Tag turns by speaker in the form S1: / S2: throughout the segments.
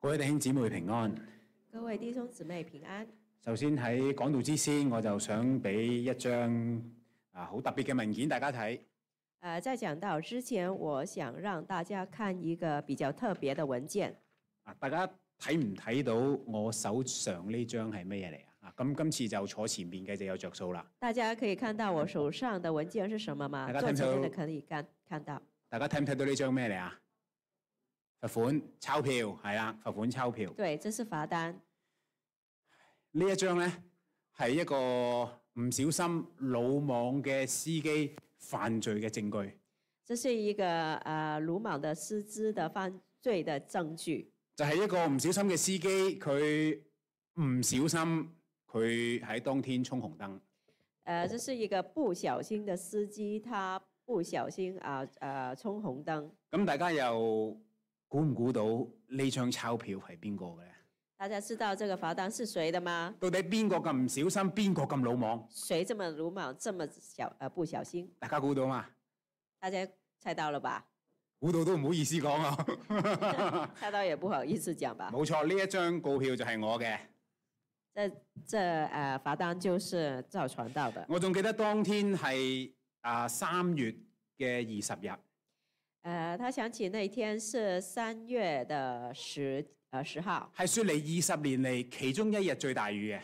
S1: 各位弟兄姊妹平安。
S2: 各位弟兄姊妹平安。
S1: 首先喺講道之先，我就想俾一張啊好特別嘅文件大家睇。
S2: 呃，在讲到之前，我想让大家看一个比较特别的文件。
S1: 啊，大家睇唔睇到我手上呢張係乜嘢嚟啊？啊，咁今次就坐前面嘅就有着數啦。
S2: 大家可以看到我手上的文件是什么吗
S1: 大？家
S2: 坐
S1: 看
S2: 前面的
S1: 到
S2: 可以看看到。
S1: 大家睇唔睇到呢張咩嚟啊？罰款鈔票係啦，罰款鈔票
S2: 对，这是罚单。
S1: 呢一張呢，係一個唔小心魯莽嘅司機犯罪嘅證據。
S2: 这是一个呃鲁莽的失资的犯罪的证据，
S1: 就係一個唔小心嘅司機，佢唔小心佢喺當天衝紅燈，
S2: 呃，这是一个不小心的司机，他不小心啊呃冲红灯。
S1: 咁大家又估唔估到呢張鈔票係邊個嘅咧？
S2: 大家知道这个罚单是谁的吗？
S1: 到底邊個咁唔小心，邊個咁魯莽？
S2: 谁这么鲁莽，这么小呃不小心？
S1: 大家估到嘛？
S2: 大家猜到了吧？
S1: 估到都唔好意思講啊！
S2: 猜到也不好意思讲吧。
S1: 冇錯，呢一張告票就係我嘅。
S2: 这这呃罚单就是赵传道的。
S1: 我仲記得當天係啊三月嘅二十日，
S2: 呃，他想起那天是三月的十呃十号，
S1: 係雪梨二十年嚟其中一日最大雨嘅。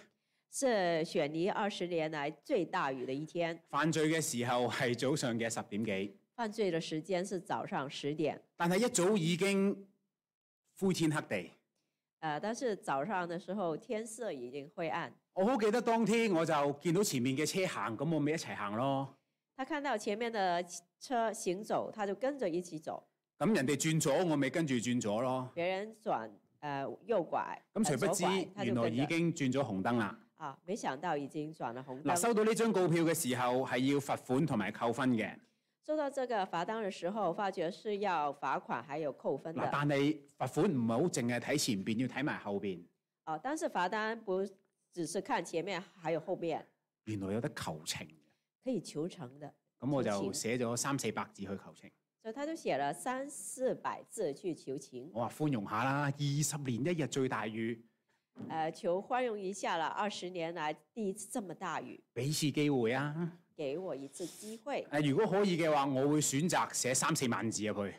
S2: 是雪梨二十年来最大雨的一天。
S1: 犯罪嘅時候係早上嘅十點幾。
S2: 犯罪的时间是早上十点，
S1: 但係一早已經灰天黑地。
S2: 呃，但是早上的时候天色已经灰暗。
S1: 我好記得當天我就見到前面嘅車行，咁我咪一齊行咯。
S2: 他看到前面的车行走，他就跟着一起走。
S1: 咁人哋轉左，我咪跟住轉左咯。
S2: 别人转呃右拐，
S1: 咁
S2: 呃
S1: 誰不
S2: 左
S1: 知
S2: 拐他就
S1: 原來
S2: 跟着
S1: 已經轉咗紅燈啦。
S2: 啊，没想到已经转了红
S1: 嗱，
S2: 灯。
S1: 收到呢張告票嘅時候係要罰款同埋扣分嘅。
S2: 收到这个罚单的时候，发觉是要罚款还有扣分
S1: 嗱，
S2: 的。
S1: 但係罰款唔係好淨係睇前邊，要睇埋後邊。
S2: 啊，但是罚单不只是看前面，还有后面，
S1: 原來有得求情嘅，
S2: 可以求成的。
S1: 咁我
S2: 求
S1: 就
S2: 情
S1: 寫咗三四百字去求情。
S2: 所以他就寫了三四百字去求情，
S1: 我話寬容下啦，二十年一日最大雨，
S2: 呃，求宽容一下了。二十年来第一次这么大雨，
S1: 俾次機會啊！
S2: 给我一次机会。
S1: 誒，如果可以嘅話，我會選擇寫三四萬字入去。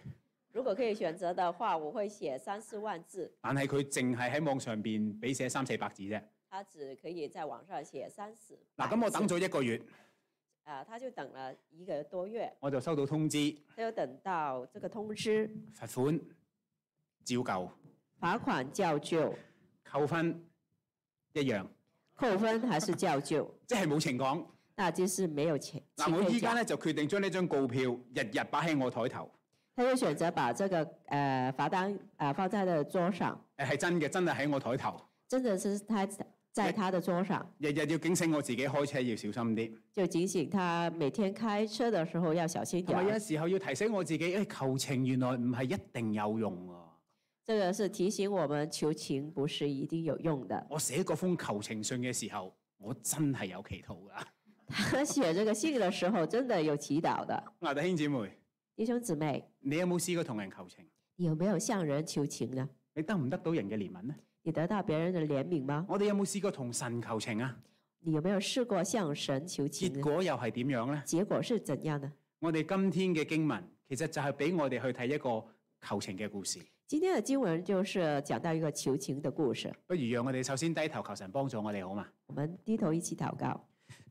S2: 如果可以选择的话，我会寫三四万字。
S1: 但係佢淨係喺網上邊俾寫三四百字啫。
S2: 他只可以在网上寫三四百
S1: 嗱，
S2: 字。
S1: 咁我等咗一個月，
S2: 啊、他就等了一个多月，
S1: 我就收到通知，
S2: 他就等到这个通知，
S1: 罰款照舊，
S2: 罚款叫旧，
S1: 扣分一樣，
S2: 扣分还是叫旧，
S1: 即係冇情講。
S2: 那就是没有钱。
S1: 嗱，我
S2: 情
S1: 依
S2: 可
S1: 家
S2: 讲
S1: 咧就決定將呢張告票日日擺喺我台頭。
S2: 他就选择把这个呃罚单呃放在他的桌上，
S1: 誒係真嘅，真係喺我台頭。
S2: 真的是他在他的桌上，
S1: 日日要警醒我自己開車要小心啲，
S2: 就警醒他每天開車的时候要小心
S1: 同
S2: 点
S1: 埋有
S2: 儿。
S1: 時候要提醒我自己，誒、求情原來唔係一定有用喎。
S2: 这个是提醒我们求情不是一定有用 的。
S1: 我寫嗰封求情信嘅時候，我真係有祈禱㗎。
S2: 他写这个信的时候真的有祈祷的，
S1: 嗱，弟兄姊妹。
S2: 弟兄姊妹，
S1: 你有冇試過同人求情？
S2: 你有没有向人求情呢？
S1: 你得唔得到人嘅憐憫呢？
S2: 你得到别人的怜悯吗？
S1: 我哋有冇試過同神求情啊？
S2: 你有没有试过向神求情
S1: 結
S2: 呢？
S1: 果又係點樣呢？
S2: 结果是怎样呢？
S1: 我哋今天嘅經文其實就係俾我哋去睇一個求情嘅故事。
S2: 今天的经文就是讲到一个求情的故事。
S1: 不如讓我哋首先低頭求神幫助我哋好嘛？
S2: 我们低头一起祷告，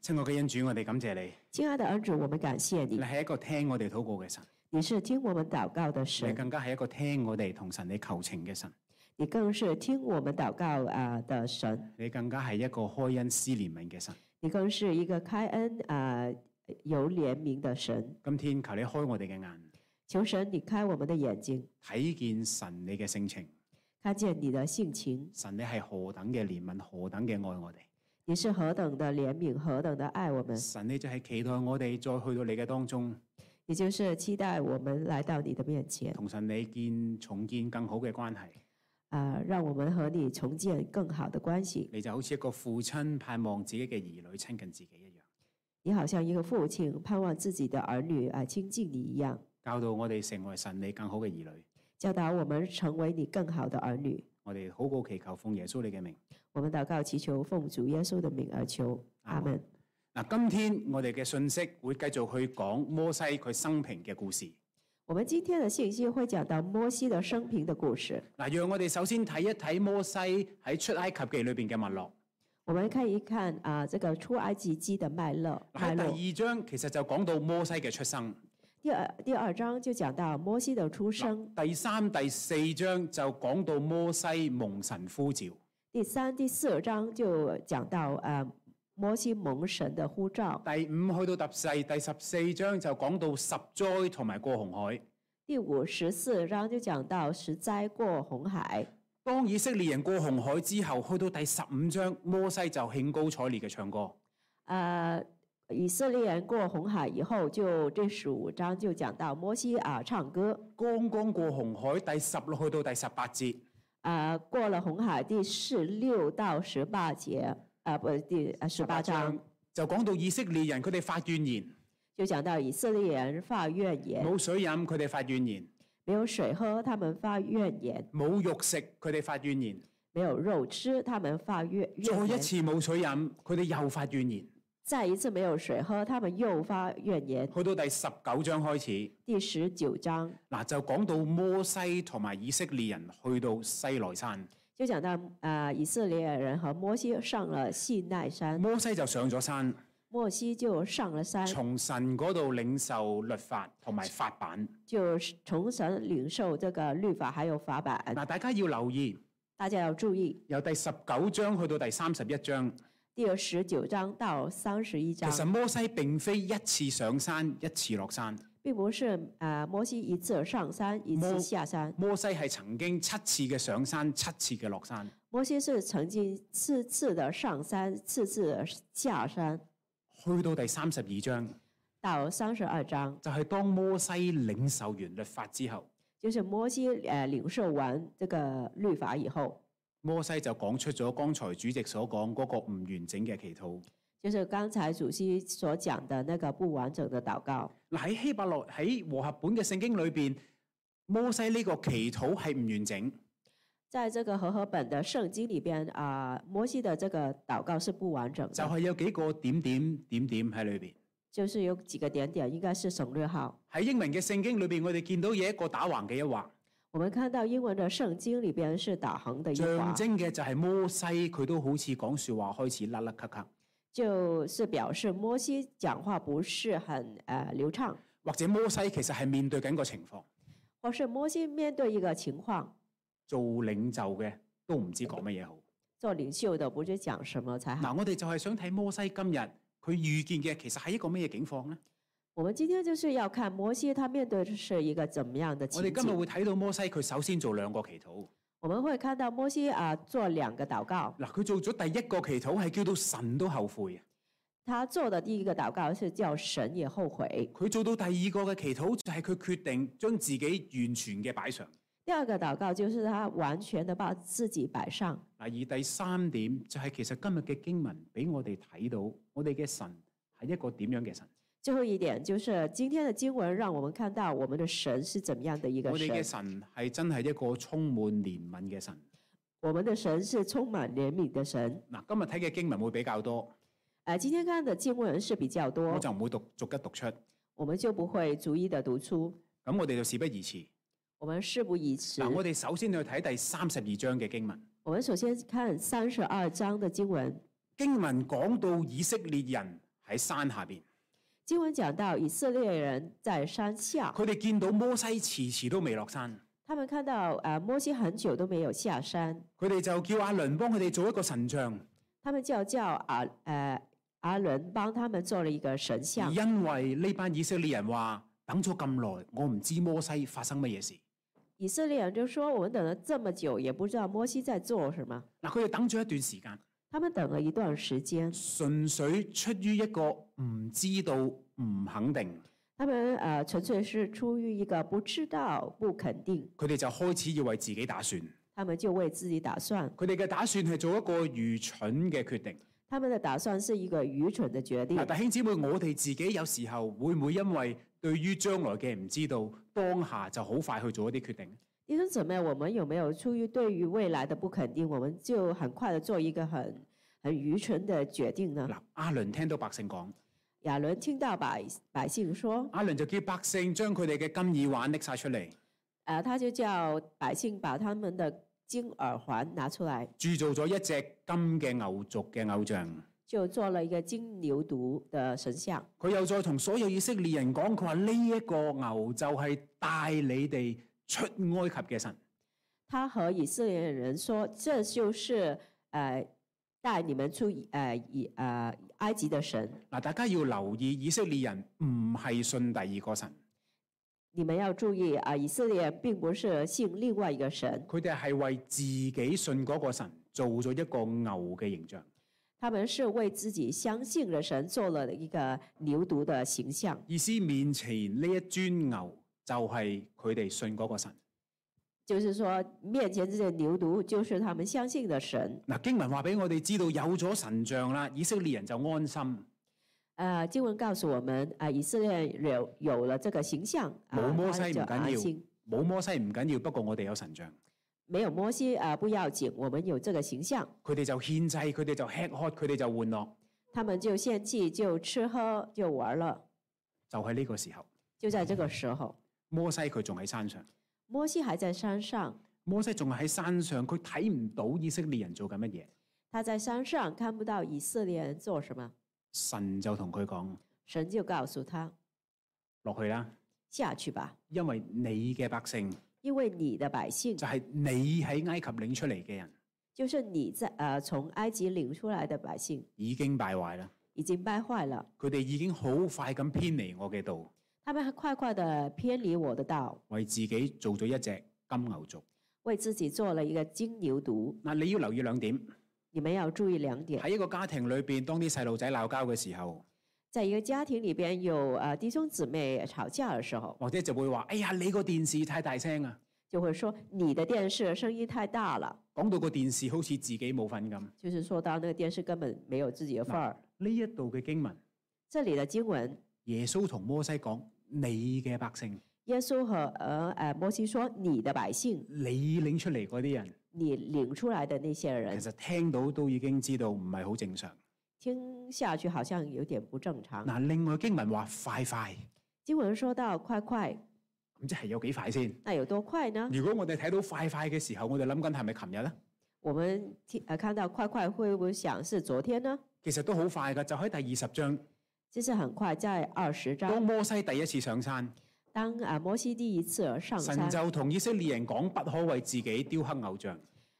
S1: 親愛嘅恩主，我哋感謝你，
S2: 亲爱的恩主，我们感谢
S1: 你
S2: 你，
S1: 係一個聽我哋禱告嘅神，
S2: 你是听我们祷告的
S1: 你
S2: 神，
S1: 更加係一個聽我哋同神你求情嘅神，
S2: 你更是听我们祷告啊、的神，
S1: 你更加係一個開恩施憐憫嘅神。
S2: 你更是一个开恩啊、有怜悯的神。
S1: 今天求你開我哋嘅眼，
S2: 求神，你开我们的眼睛，
S1: 睇見神你嘅性情，
S2: 看见你的性情，
S1: 神你係何等嘅憐憫，何等嘅愛我哋。
S2: 你是何等的怜悯，何等的爱我们。
S1: 神你就係期待我哋再去到你嘅當中，
S2: 也就是期待我们来到你的面前
S1: 同神你建重建更好嘅關係。
S2: 啊、让我们和你重建更好的关系。
S1: 你就好似一個父親盼望自己嘅兒女親近自己一樣，
S2: 你好像一个父亲盼望自己的儿女啊、亲近你一样，
S1: 教導我哋成為神你更好嘅兒女。
S2: 教导我们成为你更好的儿女。
S1: 我哋好告祈求，奉耶穌你嘅名。
S2: 我们祷告祈求，奉主耶稣的名而求，阿门。
S1: 嗱，今天我哋嘅信息會繼續去講摩西佢生平嘅故事。
S2: 我们今天的信息会讲到摩西的生平的故事。
S1: 嗱，讓我哋首先睇一睇摩西喺出埃及記裏邊嘅脈絡。
S2: 我们看一看啊，这个出埃及记的脉络
S1: 喺
S2: 脉络。
S1: 第二章其實就講到摩西嘅出生，
S2: 第二第二章就讲到摩西的出生，
S1: 第三、第四章就講到摩西蒙神呼召。
S2: 第三、第四章就讲到呃摩西蒙神的呼召，
S1: 第五去到第四第十四章就講到十災同埋過紅海。
S2: 第五十四章就讲到十灾过红海。
S1: 當以色列人過紅海之後，去到第十五章，摩西就興高采烈嘅唱歌。
S2: 呃，以色列人过红海以后，就这十五章就讲到摩西啊唱歌，
S1: 剛剛過紅海，第十六去到第十八節，
S2: 呃，过了红海第十六到十八节，啊不第十八章
S1: 就講到以色列人佢哋發怨言，
S2: 就讲到以色列人发怨言，
S1: 冇水飲佢哋發怨言，
S2: 没有水喝，他们发怨言；
S1: 冇肉食佢哋發怨言，
S2: 没有肉吃，他们发怨
S1: 再
S2: 怨
S1: 一
S2: 言。
S1: 次冇水飲佢哋又發怨言。
S2: 再一次没有水喝，他们又发怨言。
S1: 去到第十九章開始，
S2: 第十九章
S1: 嗱就講到摩西同埋以色列人去到西奈山，
S2: 就讲到啊、呃以色列人和摩西上了西奈山，
S1: 摩西就上咗山。
S2: 摩西就上了山，
S1: 從神嗰度領受律法同埋法版。
S2: 就是从神领受这个律法还有法版。
S1: 嗱，大家要留意，
S2: 大家要注意，
S1: 由第十九章去到第三十一章，
S2: 第十九章到三十一
S1: 其
S2: 章，
S1: 實摩西並非一次上山一次落山，
S2: 并不是啊、呃摩西一次上山一
S1: 摩
S2: 次下山，
S1: 摩西係曾經七次嘅上山，七次嘅落山。
S2: 摩西是曾经次次的上山，次次的下山。
S1: 去到第三十二章，
S2: 到三十二章，
S1: 就係、當摩西領受完律法之後，
S2: 就是摩西呃领受完这个律法以后，
S1: 摩西就講出咗剛才主席所講嗰個唔完整嘅祈禱。
S2: 就是刚才主席所讲的那个不完整的祷告。
S1: 嗱喺希伯來喺和合本嘅聖經裏邊，摩西呢個祈禱係唔完整。
S2: 在这个和合本的圣经里边啊、摩西的这个祷告是不完整
S1: 就
S2: 的，
S1: 係有幾個點點點點喺裏邊。
S2: 就是有几个点点，应该是省略号。
S1: 喺英文嘅聖經裏邊，我哋見到有一個打橫嘅一畫，
S2: 我们看到英文的圣经里边是打横的一划
S1: 象，徵嘅就係摩西，佢都好似講説話開始甩甩咳咳，
S2: 就是表示摩西讲话不是很呃流畅，
S1: 或者摩西其實係面對緊個情況，
S2: 或是摩西面对一个情况，
S1: 做領袖嘅都唔知講乜嘢好。
S2: 做领袖的不知讲什么才好。
S1: 嗱，我哋就係想睇摩西今日佢遇見嘅其實係一個咩境況呢？
S2: 我们今天就是要看摩西他面对的是一个怎么样的
S1: 我
S2: 情
S1: 哋
S2: 景。
S1: 今日會睇到摩西佢首先做兩個祈禱。
S2: 我们会看到摩西啊做兩個禱告，
S1: 嗱，佢做咗第一個祈禱係叫到神都後悔啊！
S2: 他做的第一個禱告是叫神也後悔，
S1: 佢做到第二個嘅祈禱就係佢決定將自己完全嘅擺上。
S2: 第二個禱告就是他完全的把自己擺上。
S1: 嗱，而第三點就係其實今日嘅經文俾我哋睇到，我哋嘅神係一個點樣嘅神？
S2: 最後一點就是今天的經文讓我們看到我們的神是怎麼樣的一個
S1: 我哋嘅
S2: 神，
S1: 神係真係一個充滿憐憫嘅神。
S2: 我們的神是充滿憐憫的神。
S1: 嗱，今日睇嘅經文會比較多，
S2: 呃，今天看的經文是比較
S1: 我
S2: 多，
S1: 就唔會讀逐一讀出。咁
S2: 我們就不會逐一的讀出，
S1: 我哋就事不宜遲。
S2: 我們事不宜遲
S1: 嗱，。我哋首先去睇第三十二章嘅經文。
S2: 我們首先看三十二章的經文。
S1: 經文講到以色列人喺山下邊，
S2: 经文讲到以色列人在山下，
S1: 佢哋見到摩西遲遲都未落山，
S2: 他们看到啊、呃摩西很久都没有下山，
S1: 佢哋就叫阿倫幫佢哋做一個神像，
S2: 他们就叫啊呃阿伦帮他们做了一个神
S1: 而
S2: 像，
S1: 因為呢班以色列人話等咗咁耐，我唔知摩西發生乜嘢事。
S2: 以色列人就说：“我们等了这么久，也不知道摩西在做什么。
S1: 嗱，佢哋等咗一段時間，”
S2: 他们等了一段时间，
S1: 純粹出於一個唔知道、唔肯定，
S2: 他们呃纯粹是出于一个不知道、不肯定，
S1: 佢哋就開始要為自己打算。
S2: 他们就为自己打算。
S1: 佢哋嘅打算係做一個愚蠢嘅決定。
S2: 他们的打算是一个愚蠢的决定
S1: 嗱，。弟兄姊妹，我哋自己有時候會唔會因為對於將來嘅唔知道，當下就好快去做一啲決定？
S2: 弟兄姊妹，我们有没有出于对于未来的不肯定，我们就很快的做一个很很愚蠢的决定呢？
S1: 嗱，阿倫聽到百姓講，
S2: 亚伦听到百百姓说，
S1: 阿倫就叫百姓將佢哋嘅金耳環拎晒出嚟，
S2: 啊，他就叫百姓把他们的金耳环拿出来，
S1: 鑄造咗一隻金嘅牛族嘅偶像。
S2: 就做了一个金牛犊的神像。
S1: 佢又再同所有以色列人講，佢話呢一個牛就係帶你哋出埃及嘅神。
S2: 他和以色列人说，这就是呃带你们出呃以呃埃及的神，
S1: 嗱，大家要留意，以色列人唔係信第二個神，
S2: 你们要注意啊、以色列人并不是信另外一个神，
S1: 佢哋係為自己信嗰個神做咗一個牛嘅形象。
S2: 他们是为自己相信的神做了一个牛犊的形象，
S1: 意思面前呢一尊牛就係佢哋信嗰個神。
S2: 就是说面前这些牛犊就是他们相信的神。
S1: 嗱，經文話俾我哋知道，有咗神像啦，以色列人就安心，
S2: 呃，经文告诉我们啊、以色列人有有了这个形象，啊
S1: 冇摩
S2: 他
S1: 西
S2: 就
S1: 唔緊
S2: 安
S1: 要
S2: 心
S1: 冇摩西唔緊要，不過我哋有神像，
S2: 没有摩西啊、不要紧，我们有这个形象。
S1: 佢哋就獻祭，佢哋就吃喝，佢哋就玩樂，
S2: 他们就献祭，就吃喝，就玩了。
S1: 就係呢個時候。
S2: 就在这个时候，
S1: 摩西佢仲喺山上，
S2: 摩西还在山上，
S1: 摩西仲喺山上，佢睇唔到以色列人做緊乜嘢。
S2: 他在山上看不到以色列人做什么，
S1: 神就同佢講：
S2: 神就告诉他
S1: 落去啦，
S2: 下去吧，
S1: 因為你嘅百姓
S2: 因为你的百姓
S1: 就係你喺埃及領出嚟嘅人
S2: 就是你在呃从埃及领出来的百姓
S1: 已經敗壞啦，
S2: 已经败坏了，
S1: 佢哋已經好快咁偏離我嘅道，
S2: 他们还快快的偏离我的道，
S1: 為自己做咗一隻金牛族。
S2: 为自己做了一个金牛犊。
S1: 嗱，你要留意兩點。
S2: 你们要注意两点，
S1: 喺一個家庭裏邊，當啲細路仔鬧交嘅時候，
S2: 在一个家庭里边有呃弟兄姊妹吵架的时候，
S1: 或者就會話：哎呀，你個電視太大聲啊！
S2: 就会说你的电視声音太大了。
S1: 講到個電視好似自己冇份咁。
S2: 就是说到那个电视根本没有自己的份儿。
S1: 呢一度嘅經文，
S2: 这里的经文，
S1: 耶穌同摩西講：你嘅百姓，
S2: 耶稣和呃呃摩西说：“你的百姓，
S1: 你領出嚟嗰啲人，
S2: 你领出来的那些人
S1: 其，實聽到都已經知道唔係好正常。
S2: 听下去好像有点不正常。
S1: 嗱，另外經文話快快，”
S2: 经文说到：“快快，
S1: 咁即係有幾快先？
S2: 那有多快呢？”
S1: 如果我哋睇到快快嘅時候，我哋諗緊係咪琴日呢？
S2: 我们听呃看到快快，会不会想是昨天呢？
S1: 其實都好快㗎，就喺第二十章，
S2: 其实很快，在二十
S1: 當
S2: 章，
S1: 摩西第一次上山，
S2: 当啊摩西第一次上
S1: 神
S2: 山，
S1: 就同以色列人講：不可為自己雕刻偶像。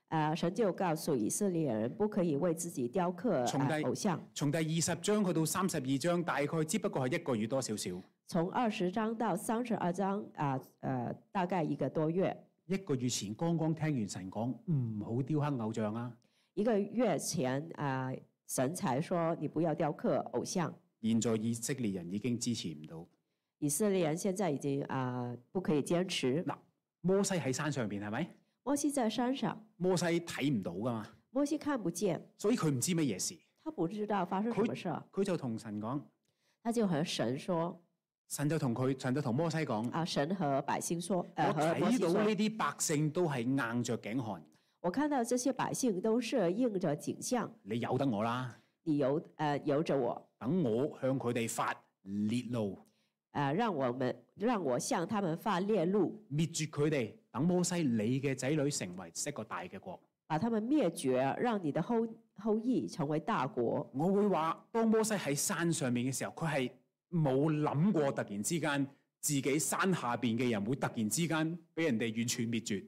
S2: 呃神就告诉以色列人不可以为自己雕刻、
S1: 从
S2: 呃
S1: 第
S2: 偶像。
S1: 從第二十章去到三十二章，大概只不過係一個月多少少，
S2: 从二十章到三十二章啊呃大概一个多月。
S1: 一個月前剛剛聽完神講唔好雕刻偶像啊，
S2: 一个月前啊、神才说你不要雕刻偶像。
S1: 現在以色列人已經支持唔到。
S2: 以色列人现在已经啊、不可以坚持。
S1: 摩西喺山上邊係咪？
S2: 摩西在山上，
S1: 摩西睇唔到噶嘛，
S2: 摩西看不见，
S1: 所以佢唔知乜嘢事，
S2: 他不知道发生什么事儿，
S1: 佢就同神講，
S2: 他就和神说
S1: 神就同佢，神就同摩西講：
S2: 啊，神和百姓说，
S1: 我
S2: 呃，和摩西
S1: 睇到呢
S2: 说，
S1: 啲百姓都係硬着頸汗，
S2: 我看到这些百姓都是应着景象，
S1: 你由得我啦，
S2: 你由呃由着我，
S1: 等我向佢哋發烈怒，
S2: 呃，让我们让我向他们发烈怒，
S1: 滅絕佢哋，等摩西你嘅仔女成為一個大嘅國。
S2: 把他们灭绝，让你的后后裔成为大国。
S1: 我會話，當摩西喺山上面嘅時候，佢係冇諗過突然之間自己山下邊嘅人會突然之間俾人哋完全滅絕。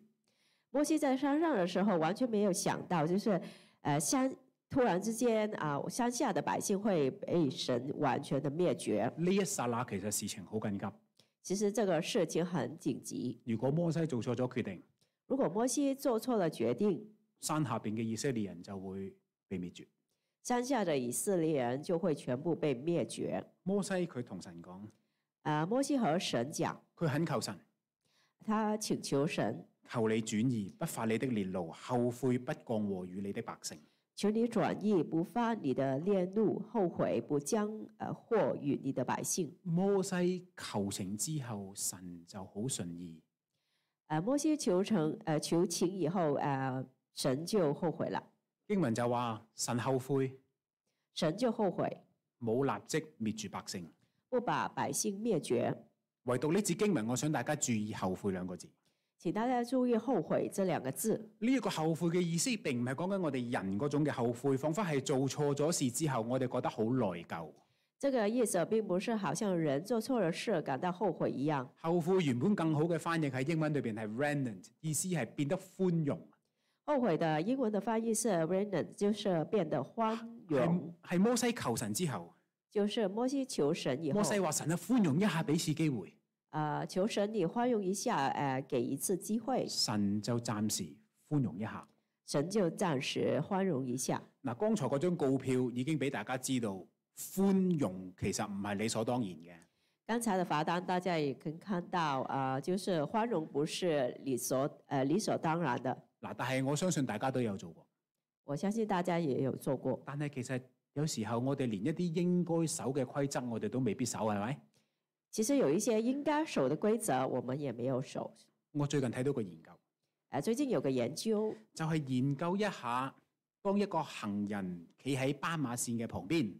S2: 摩西在山上的时候，完全没有想到，就是呃山突然之间啊、山下的百姓会被神完全的灭绝。
S1: 呢一剎那其實事情好緊急。
S2: 其实这个事情很紧急。
S1: 如果摩西做錯咗決定，
S2: 如果摩西做错了决定，
S1: 山下邊嘅以色列人就會被滅絕。
S2: 山下的以色列人就会全部被灭绝。
S1: 摩西佢同神講，
S2: 啊、摩西和神讲，
S1: 佢懇求神，
S2: 他请求神，
S1: 求你轉移，不發你的烈怒，後悔不降禍與你的百姓。
S2: 求你转意，不发你的烈怒，后悔不将呃祸与你的百姓。
S1: 摩西求情之後，神就好順意，
S2: 呃，摩西求成呃求情以后，呃，神就后悔了，
S1: 經文就話神後悔，
S2: 神就後悔
S1: 冇立即滅絕百姓。
S2: 不把百姓灭绝。
S1: 唯獨呢節經文，我想大家注意後悔兩個字。
S2: 请大家注意“后悔”这两个字。
S1: 呢一個後悔嘅意思並唔係講緊我哋人嗰種嘅後悔，彷彿係做錯咗事之後，我哋覺得好內疚。
S2: 这个意思并不是好像人做错了事感到后悔一样。
S1: 後悔原本更好嘅翻譯喺英文裏邊係 renant，意思係變得寬容，
S2: 后悔的英文的翻译是 “renant”，就是变得宽容，
S1: 係係摩西求神之後，
S2: 就是摩西求神以后
S1: 摩，西話神啊寬容一下，俾次機會，
S2: 呃，求神你宽容一下，呃，给一次机会，
S1: 神就暫時寬容一下。
S2: 神就暂时宽容一下。
S1: 嗱，剛才嗰張告票已經俾大家知道，寬容其實唔係理所當然嘅。
S2: 刚才的罚单大家也可以看到，啊、就是宽容不是理所呃理所当然的，
S1: 嗱，但係我相信大家都有做過。
S2: 我相信大家也有做过。
S1: 但係其實有時候我哋連一啲應該守嘅規則，我哋都未必守，係咪？
S2: 其实有一些应该守的规则，我们也没有守。
S1: 我最近睇到個研究，
S2: 呃，最近有个研究，
S1: 就係、研究一下，當一個行人企喺斑馬線嘅旁邊，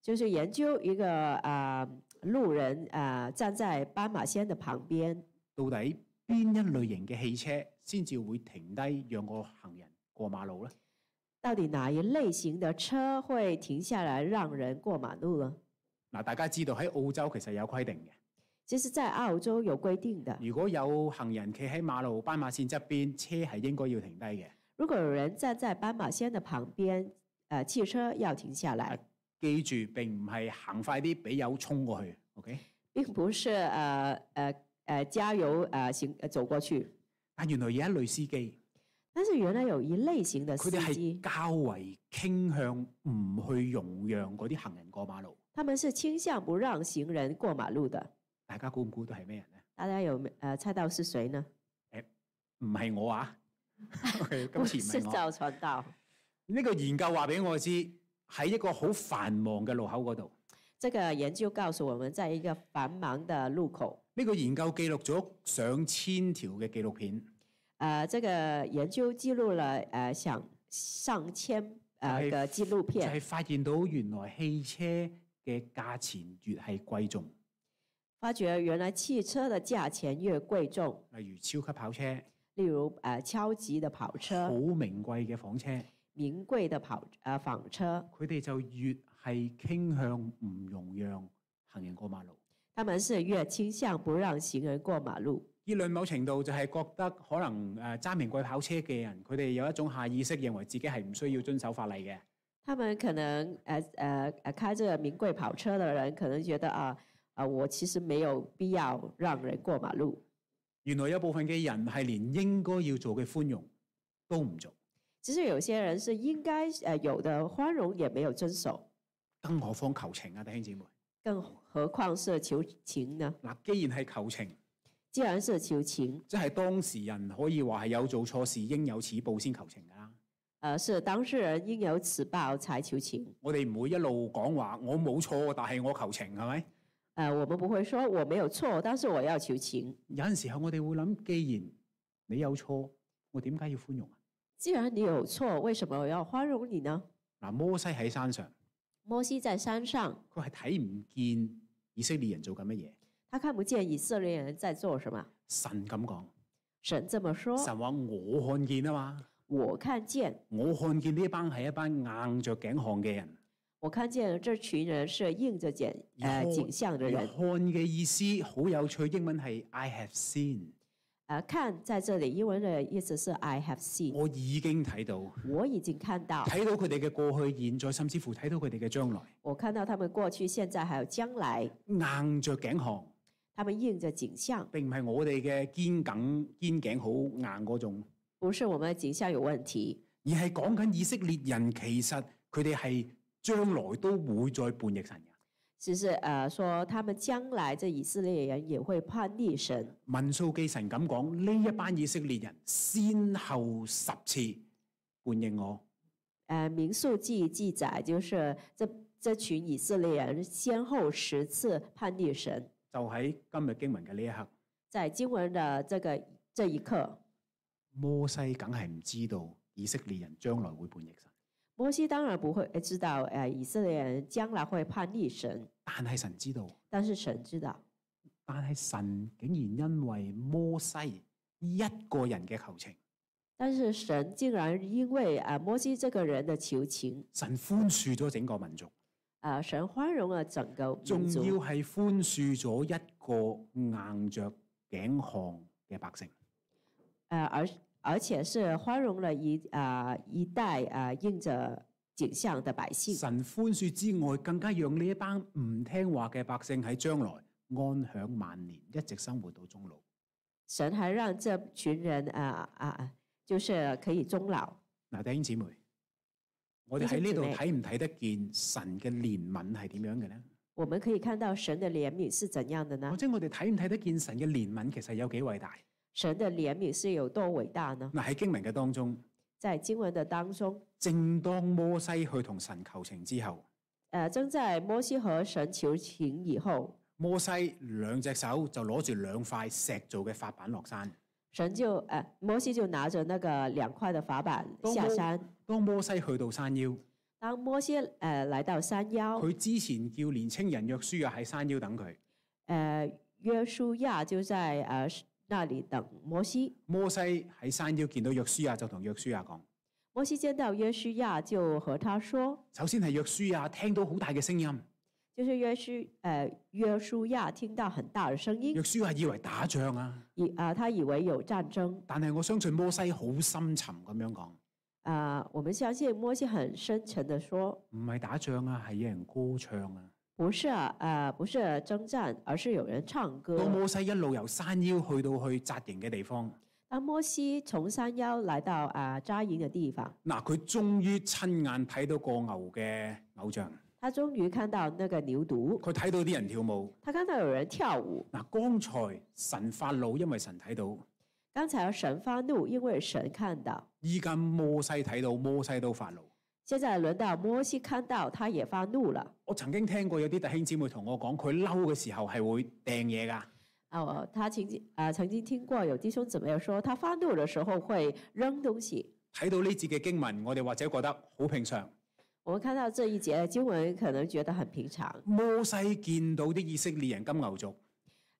S2: 就是研究一个啊、路人啊、站在斑马线的旁边，
S1: 到底邊一類型嘅汽車先至會停低讓個行人過馬路呢？
S2: 到底哪一类型的车会停下来让人过马路呢？
S1: 嗱，大家知道喺澳洲其實有規定嘅。
S2: 其实，在澳洲有规定的，
S1: 如果有行人企喺馬路斑馬線側邊，車係應該要停低嘅。
S2: 如果有人站在斑马线的旁边，呃，汽车要停下来，
S1: 記住並唔係行快啲俾油衝過去，OK？
S2: 并不是呃呃呃加油呃行呃走过去。
S1: 但原來有一類司機，
S2: 但是原来有一类型的
S1: 佢
S2: 司
S1: 哋
S2: 机
S1: 係，較為傾向唔去容讓嗰啲行人過馬路。
S2: 他们是倾向不让行人过马路的。
S1: 大家估唔估到係咩人咧？
S2: 大家有没呃猜到是谁呢？
S1: 唔係我 啊，OK，
S2: 不
S1: 今次
S2: 是
S1: 唔係我。
S2: 赵传道。
S1: 呢個研究話俾我知，喺一個好繁忙嘅路口嗰度，
S2: 这个研究告诉我们，在一个繁忙的路口，
S1: 呢、個研究記錄咗上千條嘅紀錄片，
S2: 呃，这个研究记录了呃想上千
S1: 就
S2: 呃
S1: 是
S2: 个纪录
S1: 就
S2: 片，
S1: 係發現到原來汽車嘅價錢越係貴重。
S2: 发觉原来汽车的价錢越貴重，
S1: 例如超級跑車、
S2: 例如呃超級的跑
S1: 好
S2: 車、
S1: 名貴嘅房車，
S2: 名貴的跑呃房車，
S1: 佢哋就越係傾向唔容讓行人過馬路。
S2: 他們是越傾向不讓行人過馬路。
S1: 議論某程度就係覺得可能誒揸名貴跑車嘅人，佢哋有一種下意識認為自己係唔需要遵守法例嘅。
S2: 他們可能呃呃呃開着名貴跑車的人，可能覺得啊啊、我其實沒有必要讓人過馬路。
S1: 原來有部分嘅人係連應該要做嘅寬容都唔做，
S2: 其實有些人是應該呃有的寬容也沒有遵守，
S1: 更何況求情啊，弟兄姊妹。
S2: 更何況是求情呢？
S1: 嗱，既然係求情，
S2: 既然是求情，
S1: 即係當事人可以話係有做錯事應有此報先求情㗎啦。
S2: 呃是當事人應有此報才求情。
S1: 我哋唔會一路講話我冇錯，但係我求情啊係咪？
S2: 呃，我们不会说我没有错，但是我要求情。
S1: 有陣時候我哋會諗，既然你有錯，我點解要寬容啊？
S2: 既然你有错，为什么我要宽容你呢？
S1: 啊嗱，摩西喺山上，
S2: 摩西在山上，
S1: 佢係睇唔見以色列人做緊乜嘢。
S2: 他看不见以色列人在做什么。
S1: 神咁講，
S2: 神这么说，
S1: 神話我看見啊嘛，
S2: 我看见，
S1: 我看見呢班係一班硬着頸項嘅人。
S2: 我看见了这群人是硬着颈
S1: 以
S2: 呃
S1: 后
S2: 景象的
S1: 而
S2: 人。
S1: 看嘅意思好有趣，英文係 I have seen，
S2: 呃，看在这里，英文的意思是 I have seen，
S1: 我已經睇到，
S2: 我已经看到，
S1: 睇到佢哋嘅過去、現在，甚至乎睇到佢哋嘅將來。
S2: 我看到他们过去、现在还有将来，
S1: 硬着頸項
S2: 他们硬着景象，
S1: 並唔係我哋嘅肩頸肩頸好硬嗰種。
S2: 不是我们的景象有问题，
S1: 而係講緊以色列人其實佢哋係將來都會再叛逆神嘅。
S2: 只是呃说他们将来这以色列人也会叛逆神。
S1: 民數記神咁講，呢一班以色列人先後十次叛逆我，
S2: 呃，《民数记》记载，就是这这群以色列人先后十次叛逆神。
S1: 就喺今日經文嘅呢一刻，
S2: 在经文的这个这一刻，
S1: 摩西梗係唔知道以色列人將來會叛逆神，
S2: 摩西当然不会呃知道，呃，以色列人将来会叛逆神，
S1: 但係神知道，
S2: 但是神知道。
S1: 但係神竟然因為摩西一個人嘅求情，
S2: 但是神竟然因为啊、呃摩西这个人的求情，
S1: 神寬恕咗整個民族，
S2: 啊、神宽容了整个
S1: 仲
S2: 民
S1: 要
S2: 族，
S1: 係寬恕咗一個硬着頸項嘅百姓。
S2: 呃，而而且是宽容了一啊、一代啊、应着景象的百姓。
S1: 神寬恕之外，更加讓呢一班唔聽話嘅百姓喺將來安享晚年，一直生活到終老。
S2: 神还让这群人啊啊啊，就是可以终老。
S1: 嗱，弟兄姊妹，我哋喺呢度
S2: 弟兄姊
S1: 睇唔睇得見神嘅憐憫係點樣嘅呢？
S2: 我们可以看到神的怜悯是怎样的
S1: 或
S2: 呢？
S1: 者我哋睇唔睇得見神嘅憐憫其實有幾偉大？
S2: 神的憐悯是有多伟大呢？
S1: 嗱，喺經文嘅當中，
S2: 在经文的当中，
S1: 正當摩西去同神求情之後，
S2: 呃，正在摩西和神求情以后，
S1: 摩西兩隻手就攞住兩塊石做嘅法板落山。
S2: 神就呃，摩西就拿着那个两块的法板
S1: 都
S2: 下
S1: 摸
S2: 山。
S1: 當摩西去到山腰，
S2: 当摩西呃来到山腰，
S1: 佢之前叫年青人約書亞喺山腰等佢。
S2: 呃，约书亚就在呃那里等摩西。
S1: 摩西喺山腰見到約書亞，就同約書亞講：
S2: 摩西见到约书亚，就和他说：“
S1: 首先係約書亞聽到好大嘅聲音，
S2: 就是约书呃约书亚听到很大的声音
S1: 約，書亞以為打仗啊，
S2: 以啊、他以为有战争
S1: 但係我相信摩西好深沉咁樣講，
S2: 啊、我们相信摩西很深沉的说，
S1: 唔係打仗啊，係有人歌唱啊。
S2: 不是啊、呃不是征战，而是有人唱
S1: 當
S2: 歌。
S1: 摩西一路由山腰去到去紮營嘅地方，
S2: 当摩西从山腰来到啊、扎营的地方，
S1: 嗱，佢終於親眼睇到個牛嘅偶像，
S2: 他终于看到那个牛犊，
S1: 佢睇到啲人跳舞。
S2: 他看到有人跳舞。
S1: 嗱，剛才神發怒，因為神睇到；
S2: 刚才神发怒，因为神看到。
S1: 依家摩西睇到，摩西都發怒。
S2: 现在轮到摩西看到，他也发怒了。
S1: 我曾經聽過有啲弟兄姊妹同我講，佢嬲嘅時候係會掟嘢㗎。
S2: 啊、我他曾经啊、曾经听过有弟兄姊妹说，他发怒的时候会扔东西。
S1: 睇到呢節嘅經文，我哋或者覺得好平常。
S2: 我们看到这一节的经文，可能觉得很平常。
S1: 摩西見到啲以色列人金牛族，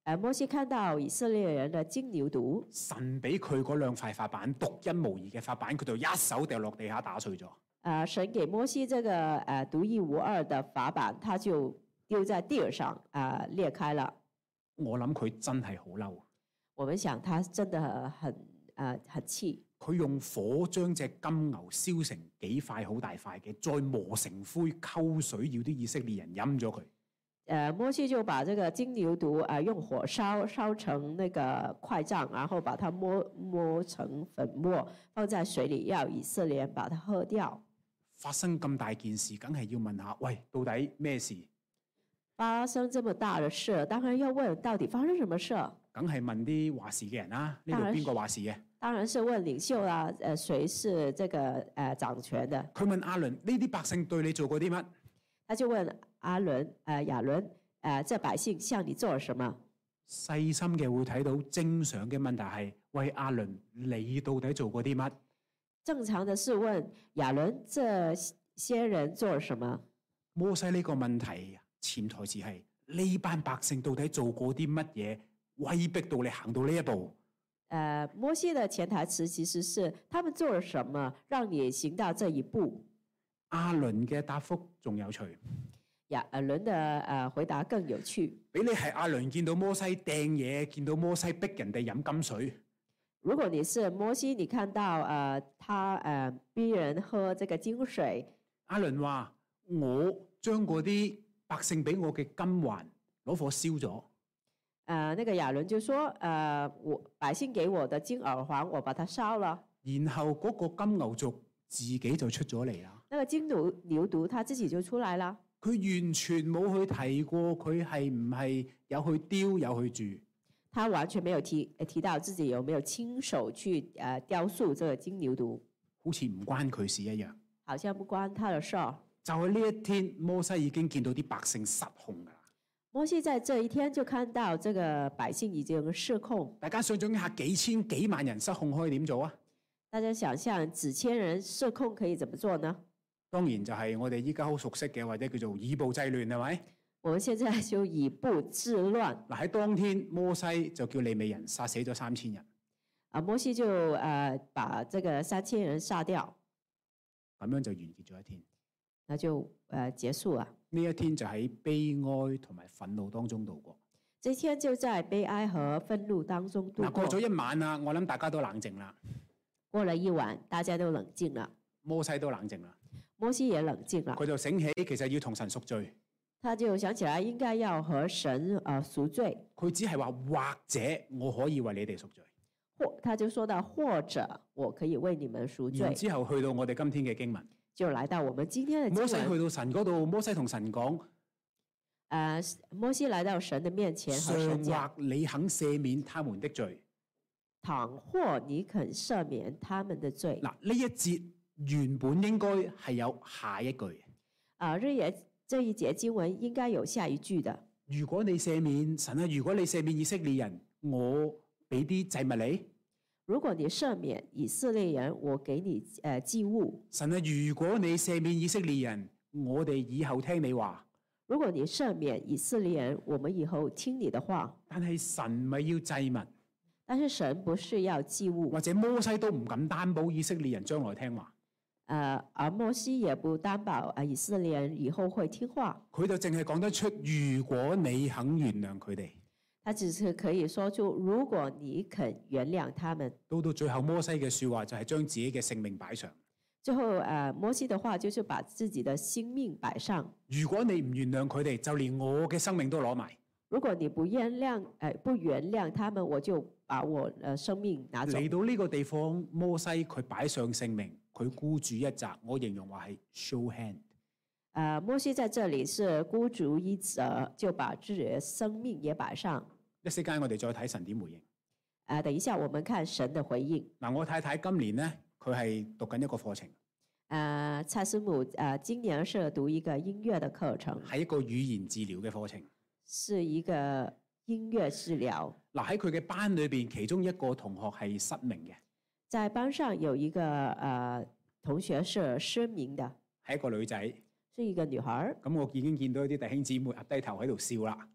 S2: 呃，摩西看到以色列人的金牛犊，
S1: 神俾佢嗰兩塊法板，獨一無二嘅法板，佢就一手掉落地下打碎咗。
S2: 呃，神给摩西这个呃独一无二的法板，他就丢在地上啊、呃裂开了。
S1: 我諗佢真係好嬲，
S2: 我们想他真的很呃很气，
S1: 佢用火將只金牛燒成幾塊好大塊嘅，再磨成灰溝水，要啲以色列人飲咗佢。
S2: 呃，摩西就把这个金牛犊啊、呃用火烧烧成那个块状，然后把它磨磨成粉末，放在水里，要以色列人把它喝掉。
S1: 發生咁大件事，梗係要問下，喂，到底咩事？
S2: 发生这么大的事，当然要问到底发生什么事。
S1: 梗係問啲話事嘅人啦。呢度
S2: 當然
S1: 邊個話事嘅？
S2: 当然是问领袖啦、呃，谁是这个呃掌权的？
S1: 佢問阿倫：呢啲百姓對你做過啲乜？
S2: 他就问阿伦，呃，亚伦，呃，这百姓向你做了什么？
S1: 細心嘅會睇到正常嘅問題係：喂，阿倫，你到底做過啲乜？
S2: 正常的是问亚伦，这些人做了什么？
S1: 摩西呢個問題潛台詞係呢班百姓到底做過啲乜嘢，威逼到你行到呢一步？
S2: 呃，摩西的潜台词其实是他们做了什么，让你行到这一步。
S1: 阿倫嘅答覆仲有趣，
S2: 亚呃伦的呃回答更有趣。
S1: 俾你係阿倫見到摩西掟嘢，見到摩西逼人哋飲金水，
S2: 如果你是摩西，你看到呃他呃逼人喝这个金水，
S1: 阿倫話：我將嗰啲百姓俾我嘅金環攞火燒咗。
S2: 呃，那个亚伦就说，呃，我百姓给我的金耳环，我把它烧了。
S1: 然後嗰個金牛族自己就出咗嚟啦。
S2: 那个金牛牛犊他自己就出来了，
S1: 佢完全冇去提過佢係唔係有去雕有去住，
S2: 他完全没有提呃提到自己有没有亲手去呃雕塑这个金牛犊，
S1: 好似唔關佢事一樣。
S2: 好像不关他的事儿。
S1: 就喺呢一天，摩西已經見到啲百姓失控㗎啦。
S2: 摩西在这一天就看到这个百姓已经失控，
S1: 大家想象一下，幾千幾萬人失控可以點做啊？
S2: 大家想象几千人失控可以怎么做呢？
S1: 當然就係我哋依家好熟悉嘅，或者叫做以暴制亂，係咪？
S2: 我们现在就以暴制乱
S1: 嗱喺當天，摩西就叫利未人殺死咗三千人，
S2: 啊！摩西就呃把这个三千人杀掉，
S1: 咁樣就完結咗一天。
S2: 那就呃结束了。
S1: 呢一天就喺悲哀同埋憤怒當中度過。
S2: 这一天就在悲哀和愤怒当中度
S1: 嗱，
S2: 过
S1: 過。咗一晚啦，我諗大家都冷靜啦，
S2: 过了一晚，大家都冷静了，
S1: 摩西都冷靜啦，
S2: 摩西也冷静了，
S1: 佢就醒起其實要同神贖罪，
S2: 他就想起来应该要和神呃赎罪，
S1: 佢只係話或者我可以為你哋贖罪。
S2: 或他就说到或者我可以为你们赎罪
S1: 然，之後去到我哋今天嘅經文，
S2: 就来到我们今天的
S1: 摩西
S2: 经文。
S1: 去到神嗰度，摩西同神講：
S2: 呃，摩西来到神的面前和神讲
S1: 上：或你肯赦免他們的罪。
S2: 倘或你肯赦免他们的罪，
S1: 嗱，呢一節原本應該係有下一句：
S2: 啊，日也这一节经文应该有下一句的。
S1: 如果你赦免神啊，如果你赦免以色列人，我俾啲祭物你。
S2: 如果你赦免以色列人，我给你呃祭物；
S1: 神啊，如果你赦免以色列人，我哋以後聽你話。
S2: 如果你赦免以色列人，我们以后听你的话。
S1: 但係神咪要祭物，
S2: 但是神不是要祭物
S1: 或，者摩西都唔敢擔保以色列人將來聽話，
S2: 呃，而摩西也不担保啊、以色列人以后会听话，
S1: 佢就淨係講得出：如果你肯原諒佢哋。
S2: 他只是可以说出，如果你肯原谅他们。
S1: 到到最後，摩西嘅説話就係將自己嘅性命擺上。
S2: 最后，呃，摩西的话就是把自己的性命摆上，
S1: 如果你唔原諒佢哋，就連我嘅生命都攞埋，
S2: 如果你不原谅，呃，不原谅他们，我就把我呃生命拿走。
S1: 嚟到呢個地方，摩西佢擺上性命，佢孤注一擲。我形容話係 show hand。
S2: 呃，摩西在这里是孤注一掷，就把自己的生命也摆上。
S1: 一息間，我哋再睇神點回應。
S2: 呃，等一下我们看神的回应。
S1: 嗱，我太太今年呢，佢係讀緊一個課程，
S2: 呃，蔡师母，呃，今年是读一个音乐的课程，
S1: 係一個語言治療嘅課程。
S2: 是一个音乐治疗。
S1: 嗱喺佢嘅班裏邊，其中一個同學係失明嘅，
S2: 在班上有一个呃同学是失明的，
S1: 係一個女仔。
S2: 是一个女孩儿。
S1: 咁我已經見到有啲弟兄姊妹壓低頭喺度笑啦，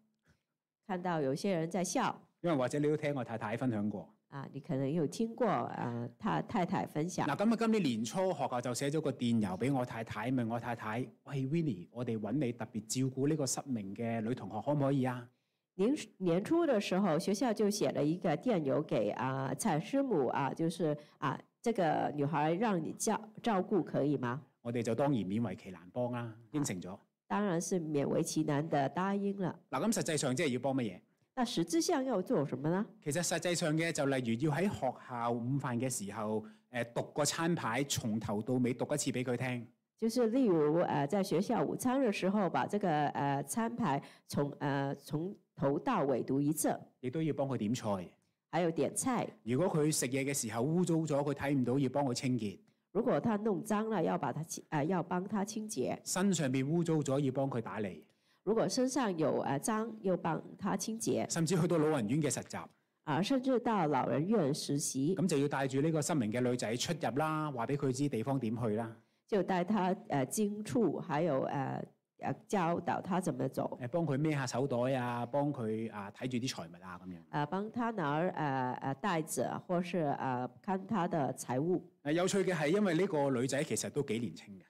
S2: 看到有些人在笑
S1: 因為或者你都聽我太太分享過。
S2: 啊，你可能有听过啊，他太太分享
S1: 嗱，咁啊，今年年初學校就寫咗個電郵俾我太太，問我太太：喂 w i n n i e 我哋揾你特別照顧呢個失明嘅女同學，可唔可以啊？
S2: 年年初的时候，学校就写了一个电邮给啊蔡师母啊，就是啊这个女孩让你照照顾可以吗？
S1: 我哋就當然勉為其難幫啦，應承咗。
S2: 当然是勉为其难的答应了。
S1: 嗱，咁實際上即係要幫乜嘢？
S2: 那实质上要做什么呢？
S1: 其實實際上嘅就例如要喺學校午飯嘅時候，誒、讀個餐牌，從頭到尾讀一次俾佢聽。
S2: 就是例如呃，在学校午餐的时候，把这个呃餐牌从呃从头到尾读一次，
S1: 亦都要幫佢點菜。
S2: 还有点菜。
S1: 如果佢食嘢嘅時候污糟咗，佢睇唔到，要幫佢清潔；
S2: 如果他弄脏了，要把它清呃要帮他清洁。
S1: 身上面污糟咗，要幫佢打理。
S2: 如果身上有呃脏，又帮他清洁。
S1: 甚至去到老人院嘅實習，
S2: 啊，甚至到老人院实习，
S1: 咁就要帶住呢個失明嘅女仔出入啦，話俾佢知地方點去啦，
S2: 就带他呃经处，还有呃呃教导他怎么走，
S1: 誒幫佢孭下手袋啊，幫佢啊睇住啲財物啊咁樣。
S2: 呃帮他拿呃呃袋子，或是呃看他的财务。
S1: 誒有趣嘅係，因為呢個女仔其實都幾年輕嘅，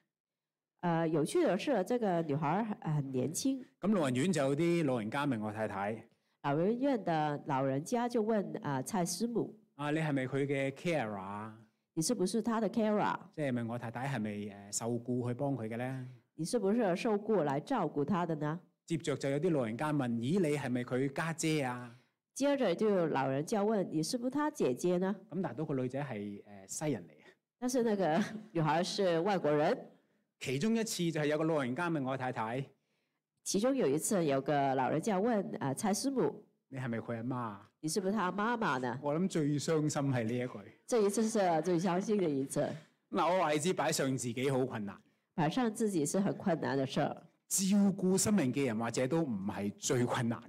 S2: 呃，有趣的是，这个女孩儿很呃很年轻。
S1: 咁老人院就有啲老人家問我太太：
S2: 老人院的老人家就问啊、蔡师母，
S1: 啊，你係咪佢嘅 care 啊？
S2: 你是不是他的 Kara？
S1: 即係問我太太係咪誒受雇去幫佢嘅咧？
S2: 你是不是受雇来照顾他的呢？
S1: 接着就有啲老人家問：咦，你係咪佢家姐啊？
S2: 接着就有老人家问，你是不是他姐姐呢？
S1: 咁但係都個女仔係誒西人嚟嘅。
S2: 但是那个 女孩是外國人。
S1: 其中一次就係有個老人家問我太太：
S2: 其中有一次，有个老人家問啊、蔡师母，
S1: 你係咪佢阿媽啊？
S2: 你是不是他媽媽呢？
S1: 我諗最傷心係呢一句。
S2: 这一次是最伤心的一次，
S1: 嗱，我話你知擺上自己好困難，
S2: 摆上自己是很困难的事儿。
S1: 照顧生命嘅人或者都唔係最困難。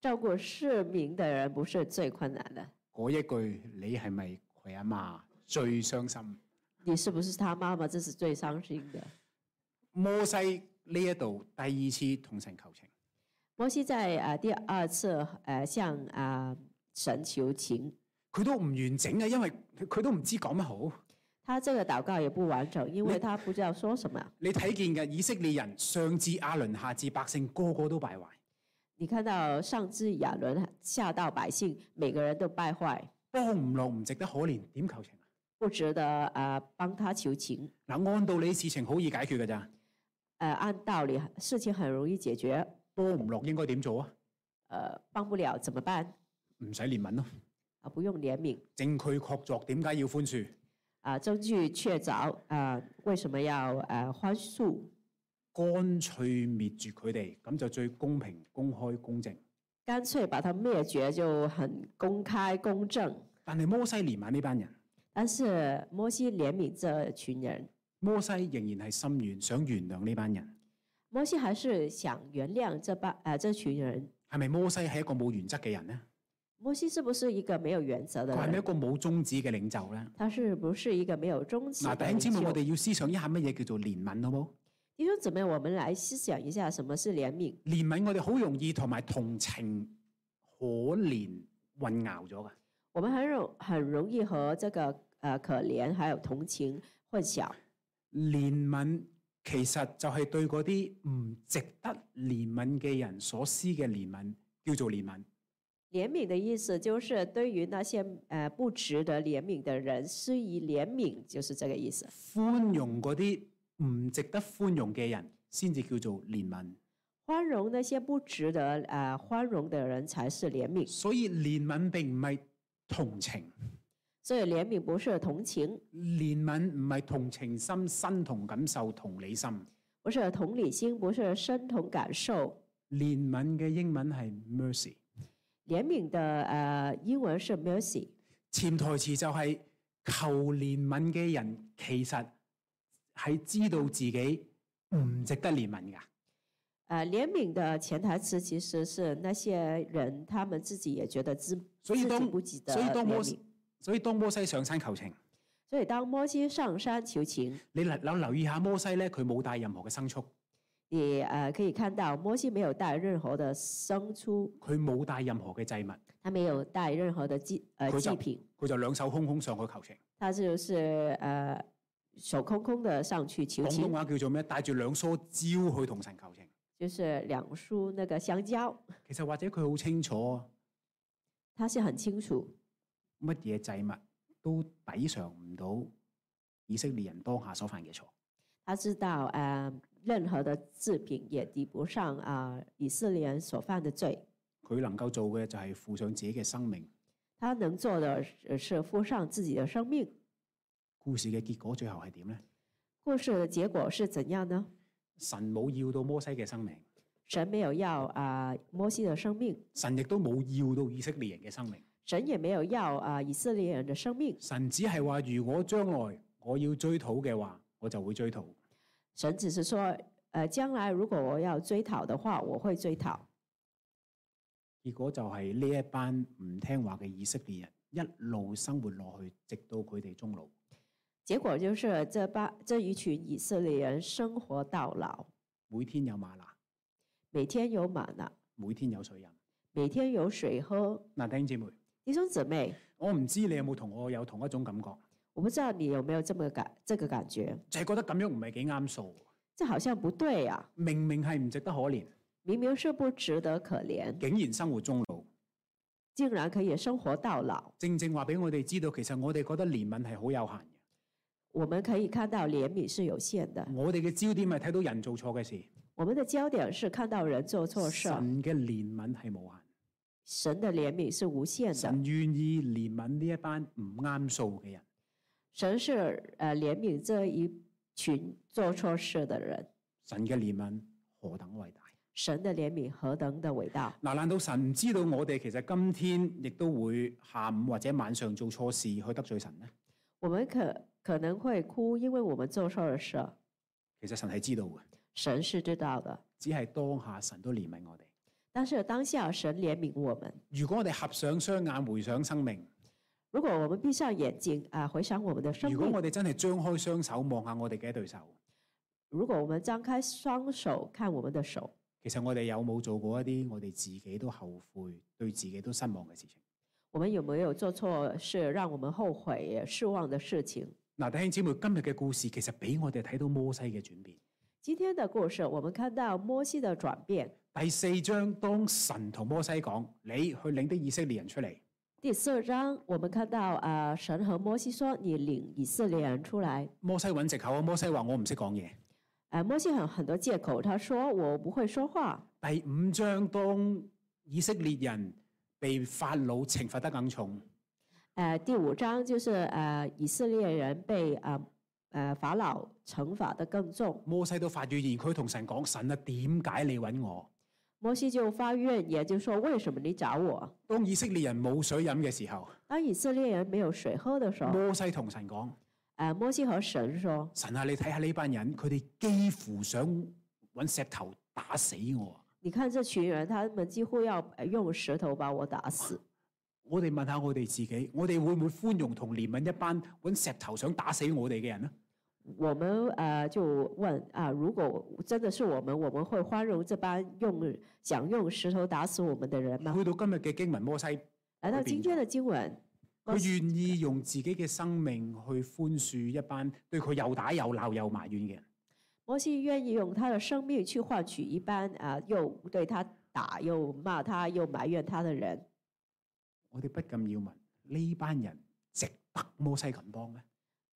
S2: 照顾市民的人不是最困难的，
S1: 嗰一句你係咪佢阿嫲最傷心？
S2: 你是不是他妈妈？这是最伤心的。
S1: 摩西呢一度第二次同神求情，
S2: 摩西在啊、呃第二次呃向啊、神求情，
S1: 佢都唔完整啊，因為佢都唔知講乜好。
S2: 他这个祷告也不完整，因为他不知道说什么。
S1: 你睇見嘅以色列人上至亞倫，下至百姓，個個都敗壞。
S2: 你看到上至亚伦，下到百姓，每个人都败坏，
S1: 幫唔落，唔值得可憐，點求情啊？
S2: 不值得啊、呃帮他求情。
S1: 嗱，按道理事情好易解決㗎咋，
S2: 呃，按道理事情很容易解决，
S1: 幫唔落應該點做啊？
S2: 呃，帮不了怎么办？
S1: 唔使憐憫咯，
S2: 啊，不用怜悯
S1: 證據確鑿，點解要寬恕？
S2: 啊，证据确凿啊，为什么要呃宽恕？
S1: 乾脆滅絕佢哋，咁就最公平、公開、公正。
S2: 干脆把它灭绝，就很公开公正。
S1: 但係摩西憐憫呢班人，
S2: 但是摩西怜悯这群人，
S1: 摩西仍然係心軟，想原諒呢班人。
S2: 摩西还是想原谅这帮啊、这群人。
S1: 係咪摩西係一個冇原則嘅人呢？
S2: 摩西是不是一个没有原则的
S1: 佢係咪一
S2: 人？
S1: 個冇宗旨嘅領袖呢？
S2: 他是不是一个没有宗旨
S1: 嗱，弟
S2: 的
S1: 兄
S2: 领
S1: 姊
S2: 袖？
S1: 妹，我哋要思想一下乜嘢叫做憐憫，好冇？
S2: 弟兄姊妹，我们来思想一下什么是怜悯。
S1: 憐憫我哋好容易同埋同情、可憐混淆咗㗎。
S2: 我们很容很容易和这个呃可怜还有同情混淆。
S1: 憐憫其實就係對嗰啲唔值得憐憫嘅人所施嘅憐憫，叫做憐憫。
S2: 怜悯的意思就是对于那些呃不值得怜悯的人施以怜悯，就是这个意思。
S1: 寬容嗰啲唔值得寬容嘅人，先至叫做憐憫。
S2: 宽容那些不值得呃宽容的人才是怜悯，
S1: 所以憐憫並唔係同情，
S2: 所以怜悯不是同情，
S1: 憐憫唔係同情心、身同感受、同理心。
S2: 不是同理心，不是身同感受。
S1: 憐憫嘅英文係 mercy，
S2: 怜悯的呃英文是 mercy，
S1: 潛台詞就係求憐憫嘅人其實係知道自己唔值得憐憫㗎。
S2: 呃怜悯的潜台词其实是那些人他们自己也觉得自
S1: 所以
S2: 自己
S1: 當
S2: 不值得
S1: 所以
S2: 怜
S1: 當摩
S2: 悯
S1: 西，所以當摩西上山求情，
S2: 所以当摩西上山求情，
S1: 你留留留意下摩西咧，佢冇帶任何嘅牲畜，
S2: 你呃可以看到摩西没有带任何的牲畜，
S1: 佢冇帶任何嘅祭物，
S2: 他没有带任何的祭呃
S1: 回
S2: 祭
S1: 想
S2: 品，
S1: 佢就兩手空空上去求情。
S2: 他就是呃手空空的上去求
S1: 廣
S2: 情
S1: 東。話叫做咩？帶住兩梳蕉去同神求情。
S2: 就是两束那个香蕉，
S1: 其實或者佢好清楚
S2: 他是很清楚，
S1: 乜嘢祭物都抵償唔到以色列人當下所犯嘅錯。
S2: 他知道呃，任何的制品也抵不上啊、以色列人所犯的罪。
S1: 佢能夠做嘅就係付上自己嘅生命。
S2: 他能做的是是付上自己的生命。
S1: 故事嘅結果最後係點呢？
S2: 故事的结果是怎样呢？
S1: 神冇要到摩西嘅生命，
S2: 神没有要啊、摩西的生命，
S1: 神亦都冇要到以色列人嘅生命。
S2: 神也没有要啊、以色列人的生命。
S1: 神只係話：如果將來我要追討嘅話，我就會追討。
S2: 神只是说，呃，将来如果我要追讨的话，我会追讨。
S1: 結果就係呢一班唔聽話嘅以色列人一路生活落去，直到佢哋終老。
S2: 结果就是这八这一群以色列人生活到老，
S1: 每天有馬拿，
S2: 每天有玛拿。
S1: 每天有水飲。
S2: 每天有水喝。
S1: 嗱，弟兄姊妹，
S2: 弟兄姊妹，
S1: 我唔知你有冇同我有同一種感覺，
S2: 我不知道你有没有这么感这个感觉，
S1: 就係覺得咁樣唔係幾啱數。
S2: 这好像不对啊！
S1: 明明係唔值得可憐，
S2: 明明是不值得可怜，
S1: 竟然生活終老。
S2: 竟然可以生活到老。
S1: 正正話俾我哋知道，其實我哋覺得憐憫係好有限嘅。
S2: 我们可以看到怜悯是有限的，
S1: 我哋嘅焦點係睇到人做錯嘅事，
S2: 我们的焦点是看到人做错事，
S1: 神嘅憐憫係無限。
S2: 神的怜悯是无限的，
S1: 神願意憐憫呢一班唔啱數嘅人，
S2: 神是呃怜悯这一群做错事的人。
S1: 神嘅憐憫何等偉大！
S2: 神的怜悯何等的伟大！
S1: 嗱，難道神唔知道我哋其實今天亦都會下午或者晚上做錯事去得罪神呢？
S2: 我们可可能会哭，因为我们做错了事，
S1: 其實神係知道嘅，
S2: 神是知道的，
S1: 只係當下神都憐憫我哋。
S2: 但是当下神怜悯我们，
S1: 如果我哋合上雙眼回想生命，
S2: 如果我们闭上眼睛啊、回想我们的生
S1: 如果
S2: 命，
S1: 我哋真係張開雙手望下我哋嘅對手，
S2: 如果我们张开双手看我们的手，
S1: 其實我哋有冇做過一啲我哋自己都後悔、對自己都失望嘅事情？
S2: 我们有没有做错事让我们后悔、失望的事情？
S1: 嗱，弟兄姊妹，今日嘅故事其實俾我哋睇到摩西嘅轉變。
S2: 今天的故事，我们看到摩西的转变。
S1: 第四章，當神同摩西講：你去領啲以色列人出嚟，
S2: 第四章，我们看到啊、呃神和摩西说：“你领以色列人出来。
S1: 摩西揾藉口啊！摩西話：我唔識講嘢。
S2: 呃”摩西很很多借口，他说：“我不会说话。
S1: 第五章，當以色列人被法老懲罰得更重，”
S2: 呃，第五章就是呃以色列人被啊呃法老惩罚的更重，
S1: 摩西都發怨言，佢同神講：神啊，點解你揾我？
S2: 摩西就发怨言，就说：“为什么你找我
S1: 當以色列人冇水飲嘅時候，？”
S2: 当以色列人没有水喝的时候，
S1: 摩西同神講：
S2: 呃，摩西和神说
S1: 神啊，你睇下呢班人，佢哋幾乎想揾石頭打死我啊。：“
S2: 你看这群人，他们几乎要呃用石头把我打死。”
S1: 我哋問下我哋自己，我哋會唔會寬容同憐憫一班揾石頭想打死我哋嘅人啊呢？
S2: 我们呃就问啊、如果真的是我们，我们会宽容这帮用想用石头打死我们的人吗？
S1: 去到今日嘅經文，摩西
S2: 来到
S1: 会变
S2: 今天
S1: 的
S2: 的经文，摩
S1: 佢
S2: 西
S1: 願意用自己嘅生命去寬恕一班對佢又打又鬧又埋怨嘅人。
S2: 摩西愿意用他的生命去换取一般啊、又对他打又骂他又埋怨他的人。
S1: 我哋不禁要問：呢班人值得摩西咁幫咩？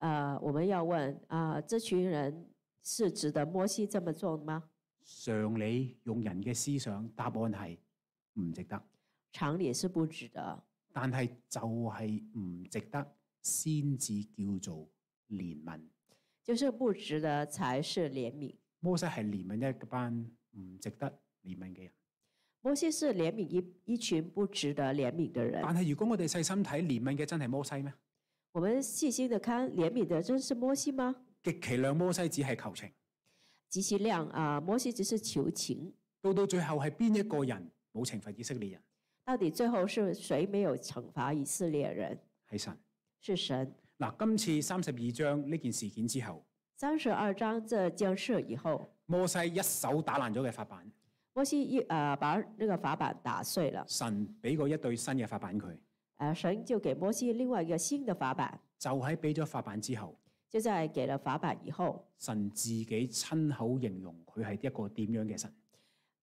S2: 呃，我们要问啊、这群人是值得摩西这么做吗？
S1: 常理用人嘅思想，答案係唔值得。
S2: 常理是不值得，
S1: 但係就係唔值得，先至叫做憐憫。
S2: 就是不值得才是怜悯。
S1: 摩西係憐憫一班唔值得憐憫嘅人。
S2: 摩西是怜悯一一群不值得怜悯的人。
S1: 但係如果我哋細心睇，憐憫嘅真係摩西咩？
S2: 我们细心的看，怜悯的真是摩西吗？
S1: 極其量摩西只係求情，
S2: 极其量啊，摩西只是求情，
S1: 到到最後係邊一個人冇懲罰以色列人？
S2: 到底最后是谁没有惩罚以色列人？
S1: 係神。
S2: 是神。
S1: 嗱，今次三十二章呢件事件之後，
S2: 三十二章这件事以后，
S1: 摩西一手打爛咗嘅法板，
S2: 摩西一啊、把那个法板打碎了，
S1: 神俾過一對新嘅法板佢，
S2: 呃神就给摩西另外一个新的法板。
S1: 就喺俾咗法板之後，
S2: 就在给了法板以后，
S1: 神自己親口形容佢係一個點樣嘅神。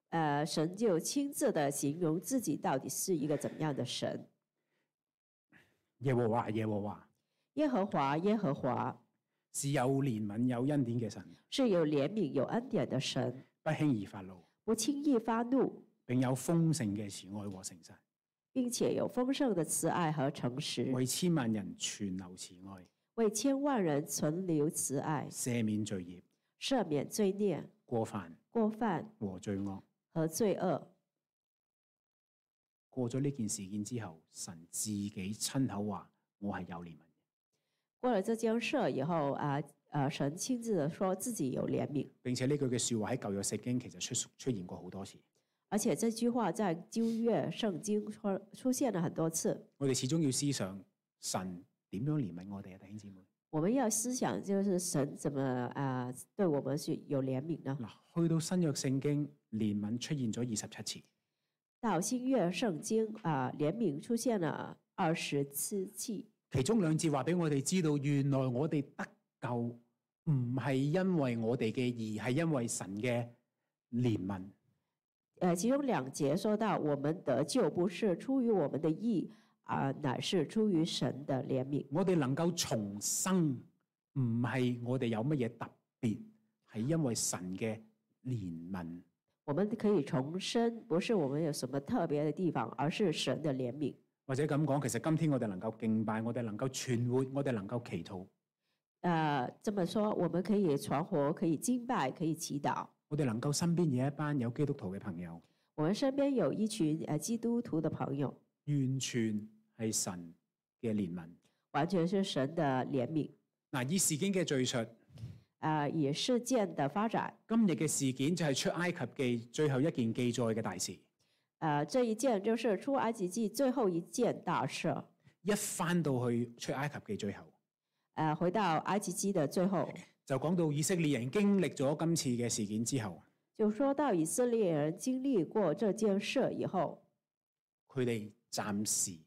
S2: 呃神就亲自的形容自己到底是一个怎么样的神。
S1: 耶和華，耶和華
S2: 耶和华，耶和华
S1: 是有憐憫有恩典嘅神，
S2: 是有怜悯、有恩典的神，
S1: 不輕易發怒，
S2: 不轻易发怒，
S1: 並有豐盛嘅慈愛和誠實。
S2: 并且有丰盛的慈爱和诚实，
S1: 為千萬人存留慈愛，
S2: 为千万人存留慈爱，
S1: 赦免罪孽、
S2: 赦免罪孽、
S1: 過犯
S2: 过犯
S1: 和罪惡。
S2: 和罪恶。
S1: 過咗呢件事件之後，神自己親口話：我係有憐憫。
S2: 过了这件事以后啊，呃，神亲自的说自己有怜悯，
S1: 並且呢句嘅説話喺舊約聖經其實出出現過好多次。
S2: 而且这句话在旧约圣经出出现了很多次。
S1: 我哋始終要思想神點樣憐憫我哋啊，弟兄姊妹。
S2: 我们要思想就是神怎么啊、对我们是有怜悯呢？
S1: 嗱，去到新約聖經，憐憫出現咗二十七次，
S2: 到新约圣经啊、怜悯出现了二十七次，
S1: 其中兩節話俾我哋知道，原來我哋得救唔係因為我哋嘅義，係因為神嘅憐憫。
S2: 呃，其中两节说到，我们得救不是出于我们的意啊、乃是出于神的怜悯。
S1: 我哋能夠重生，唔係我哋有乜嘢特別，係因為神嘅憐憫。
S2: 我们可以重生，不是我们有什么特别的地方，而是神的怜悯。
S1: 或者咁講，其實今天我哋能夠敬拜，我哋能夠存活，我哋能夠祈禱，
S2: 呃，这么说，我们可以存活，可以敬拜，可以祈祷。
S1: 我哋能夠身邊有一班有基督徒嘅朋友，
S2: 我们身边有一群呃基督徒的朋友，
S1: 完全係神嘅憐憫。
S2: 完全是神的怜悯。
S1: 嗱，以事件嘅敘述，
S2: 啊、呃以事件的发展，
S1: 今日嘅事件就係出埃及記最後一件記載嘅大事。
S2: 呃这一件就是出埃及记最后一件大事。
S1: 一翻到去出埃及記最後，
S2: 呃，回到埃及记的最后，
S1: 就講到以色列人經歷咗今次嘅事件之後，
S2: 就说到以色列人经历过这件事以后，
S1: 佢哋暫時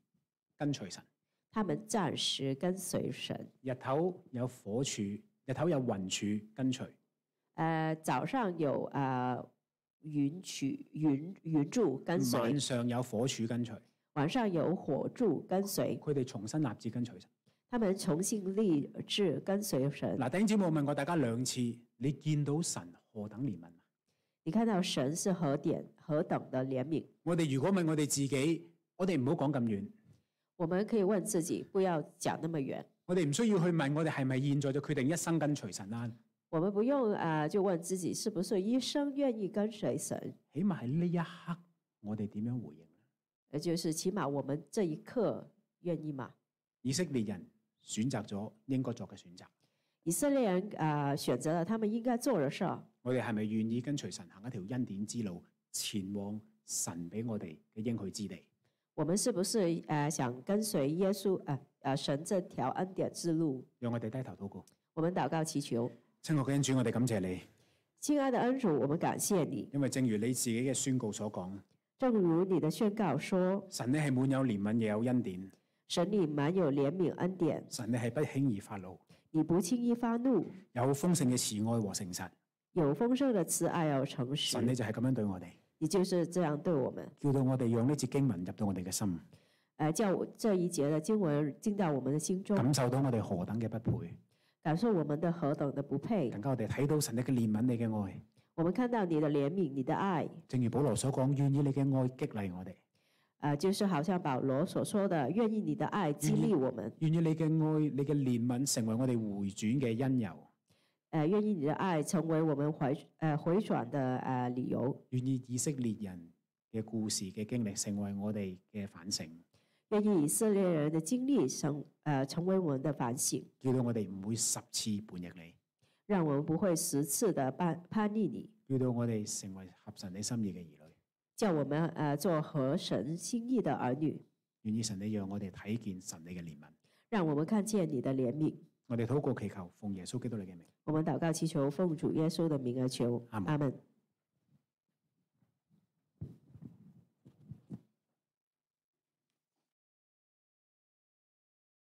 S1: 跟隨神。
S2: 他们暂时跟随神。
S1: 日頭有火柱，日頭有雲柱跟隨。
S2: 呃，早上有呃云柱云云柱跟随
S1: 晚，上有火柱跟隨，
S2: 晚上有火柱跟随，
S1: 佢哋重新立志跟隨神。
S2: 他们重新立志跟随神。
S1: 嗱，弟兄姊妹，我問過大家兩次，你見到神何等憐憫啊？
S2: 你看到神是何点何等的怜悯？
S1: 我哋如果問我哋自己，我哋唔好講咁遠，
S2: 我们可以问自己，不要讲那么远。
S1: 我哋唔需要去問我哋係咪現在就決定一生跟隨神啦。
S2: 我们不用啊、呃就问自己是不是一生愿意跟随神，
S1: 起碼喺呢一刻，我哋點樣回應？
S2: 呃，就是起码我们这一刻愿意嘛。
S1: 以色列人選擇咗應該作嘅選擇，
S2: 以色列人啊、呃选择了他们应該做的事儿，
S1: 我哋係咪願意跟隨神行一條恩典之路，前往神俾我哋嘅應許之地？
S2: 我们是不是呃想跟随耶穌呃呃神这条恩典之路？
S1: 讓我哋低頭禱告。
S2: 我们禱告祈求，
S1: 親愛嘅恩主，我哋感謝你，
S2: 亲爱的恩主，我们感謝你。
S1: 因為正如你自己嘅宣告所講，
S2: 正如你的宣告说，
S1: 神你係滿有憐憫，又有恩典，
S2: 神你满有憐悯恩典，
S1: 神你係不輕易發怒，
S2: 你不轻易发怒，
S1: 有豐盛嘅慈愛和誠實。
S2: 有豐盛的慈愛而誠
S1: 神你
S2: 實。
S1: 就係咁樣對我哋，
S2: 你就是这样对我们，
S1: 叫到我哋讓呢節經文入到我哋嘅心，
S2: 呃，叫我这一节的经文进到我们的心中，
S1: 感受到我哋何等嘅不配，
S2: 感受我们的何等的不配。
S1: 更加我哋睇到神你嘅憐憫，你嘅愛。
S2: 我们看到你的憐悯，你的愛，
S1: 正如保羅所講，願意你嘅愛激勵我哋。
S2: 呃，就是好像保罗所说的，愿意你的爱激
S1: 嗯
S2: 励我们，
S1: 願意你嘅愛、你嘅憐憫成為我哋回轉嘅因由，
S2: 呃，愿意你的爱成为我们回呃回转的呃理由，
S1: 願意以色列人嘅故事嘅經歷成為我哋嘅反省，
S2: 愿意以色列人的经历成呃成为我们的反省，
S1: 叫到我哋唔會十次叛逆你，
S2: 让我们不会十次的叛叛逆你，
S1: 叫到我哋成為合神你心意嘅兒女。
S2: 叫我们呃做合神心意的儿女，
S1: 願意神你讓我哋睇見神你嘅憐憫。
S2: 让我们看见你的怜悯。
S1: 我哋禱告祈求，奉耶穌基督你嘅名。
S2: 我们祷告祈求，奉主耶稣的名而求，
S1: 阿门
S2: 阿门。